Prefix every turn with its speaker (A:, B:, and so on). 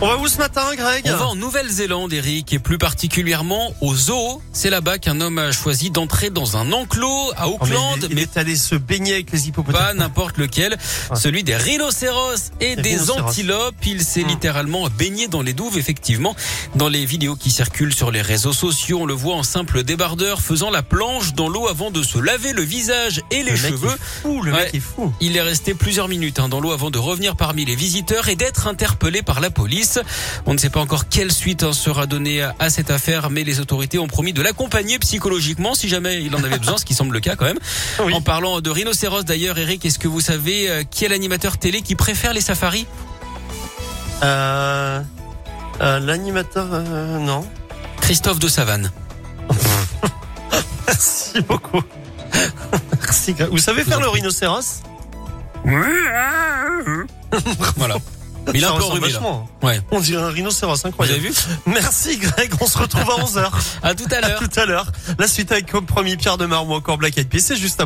A: On va où ce matin, Greg
B: On va en Nouvelle-Zélande, Eric, et plus particulièrement au zoo. C'est là-bas qu'un homme a choisi d'entrer dans un enclos à
A: Oh, mais il est-
B: Auckland,
A: il,
B: mais,
A: est allé se baigner avec les
B: pas
A: hippopotames.
B: n'importe lequel, celui des rhinocéros et
A: Des
B: des,
A: rhinocéros.
B: antilopes. Il s'est
A: Hmm.
B: littéralement baigné dans les douves, effectivement. Dans les vidéos qui circulent sur les réseaux sociaux, on le voit en simple débardeur faisant la planche dans l'eau avant de se laver le visage et les
A: le
B: cheveux.
A: Mec est fou, le
B: Ouais.
A: mec est fou.
B: Il est resté plusieurs minutes hein, dans l'eau avant de revenir parmi les visiteurs et d'être interpellé par la police. On ne sait pas encore quelle suite hein, sera donnée à, à cette affaire, mais les autorités ont promis de l'accompagner psychologiquement si jamais il en avait besoin, ce qui semble le cas quand même. En
A: Oui.
B: parlant de rhinocéros d'ailleurs, Eric, est-ce que vous savez euh, qui est l'animateur télé qui préfère les safaris
A: Euh, euh, L'animateur, euh, non.
B: Christophe de Savane.
A: Merci beaucoup. Merci, Greg. Vous savez faire
B: en
A: le
B: prie.
A: rhinocéros
B: Voilà. Mais il a
A: Ça
B: un peu
A: ressemble
B: enrhumé là.
A: vachement. hein.
B: Ouais.
A: On dirait un rhinocéros,
B: Vous avez
A: incroyable.
B: vu
A: Merci, Greg. On se retrouve à 11h.
B: À tout à
A: à
B: l'heure.
A: tout à l'heure. La suite avec comme promis Pierre de ou encore Black Eyed Peas. C'est juste après.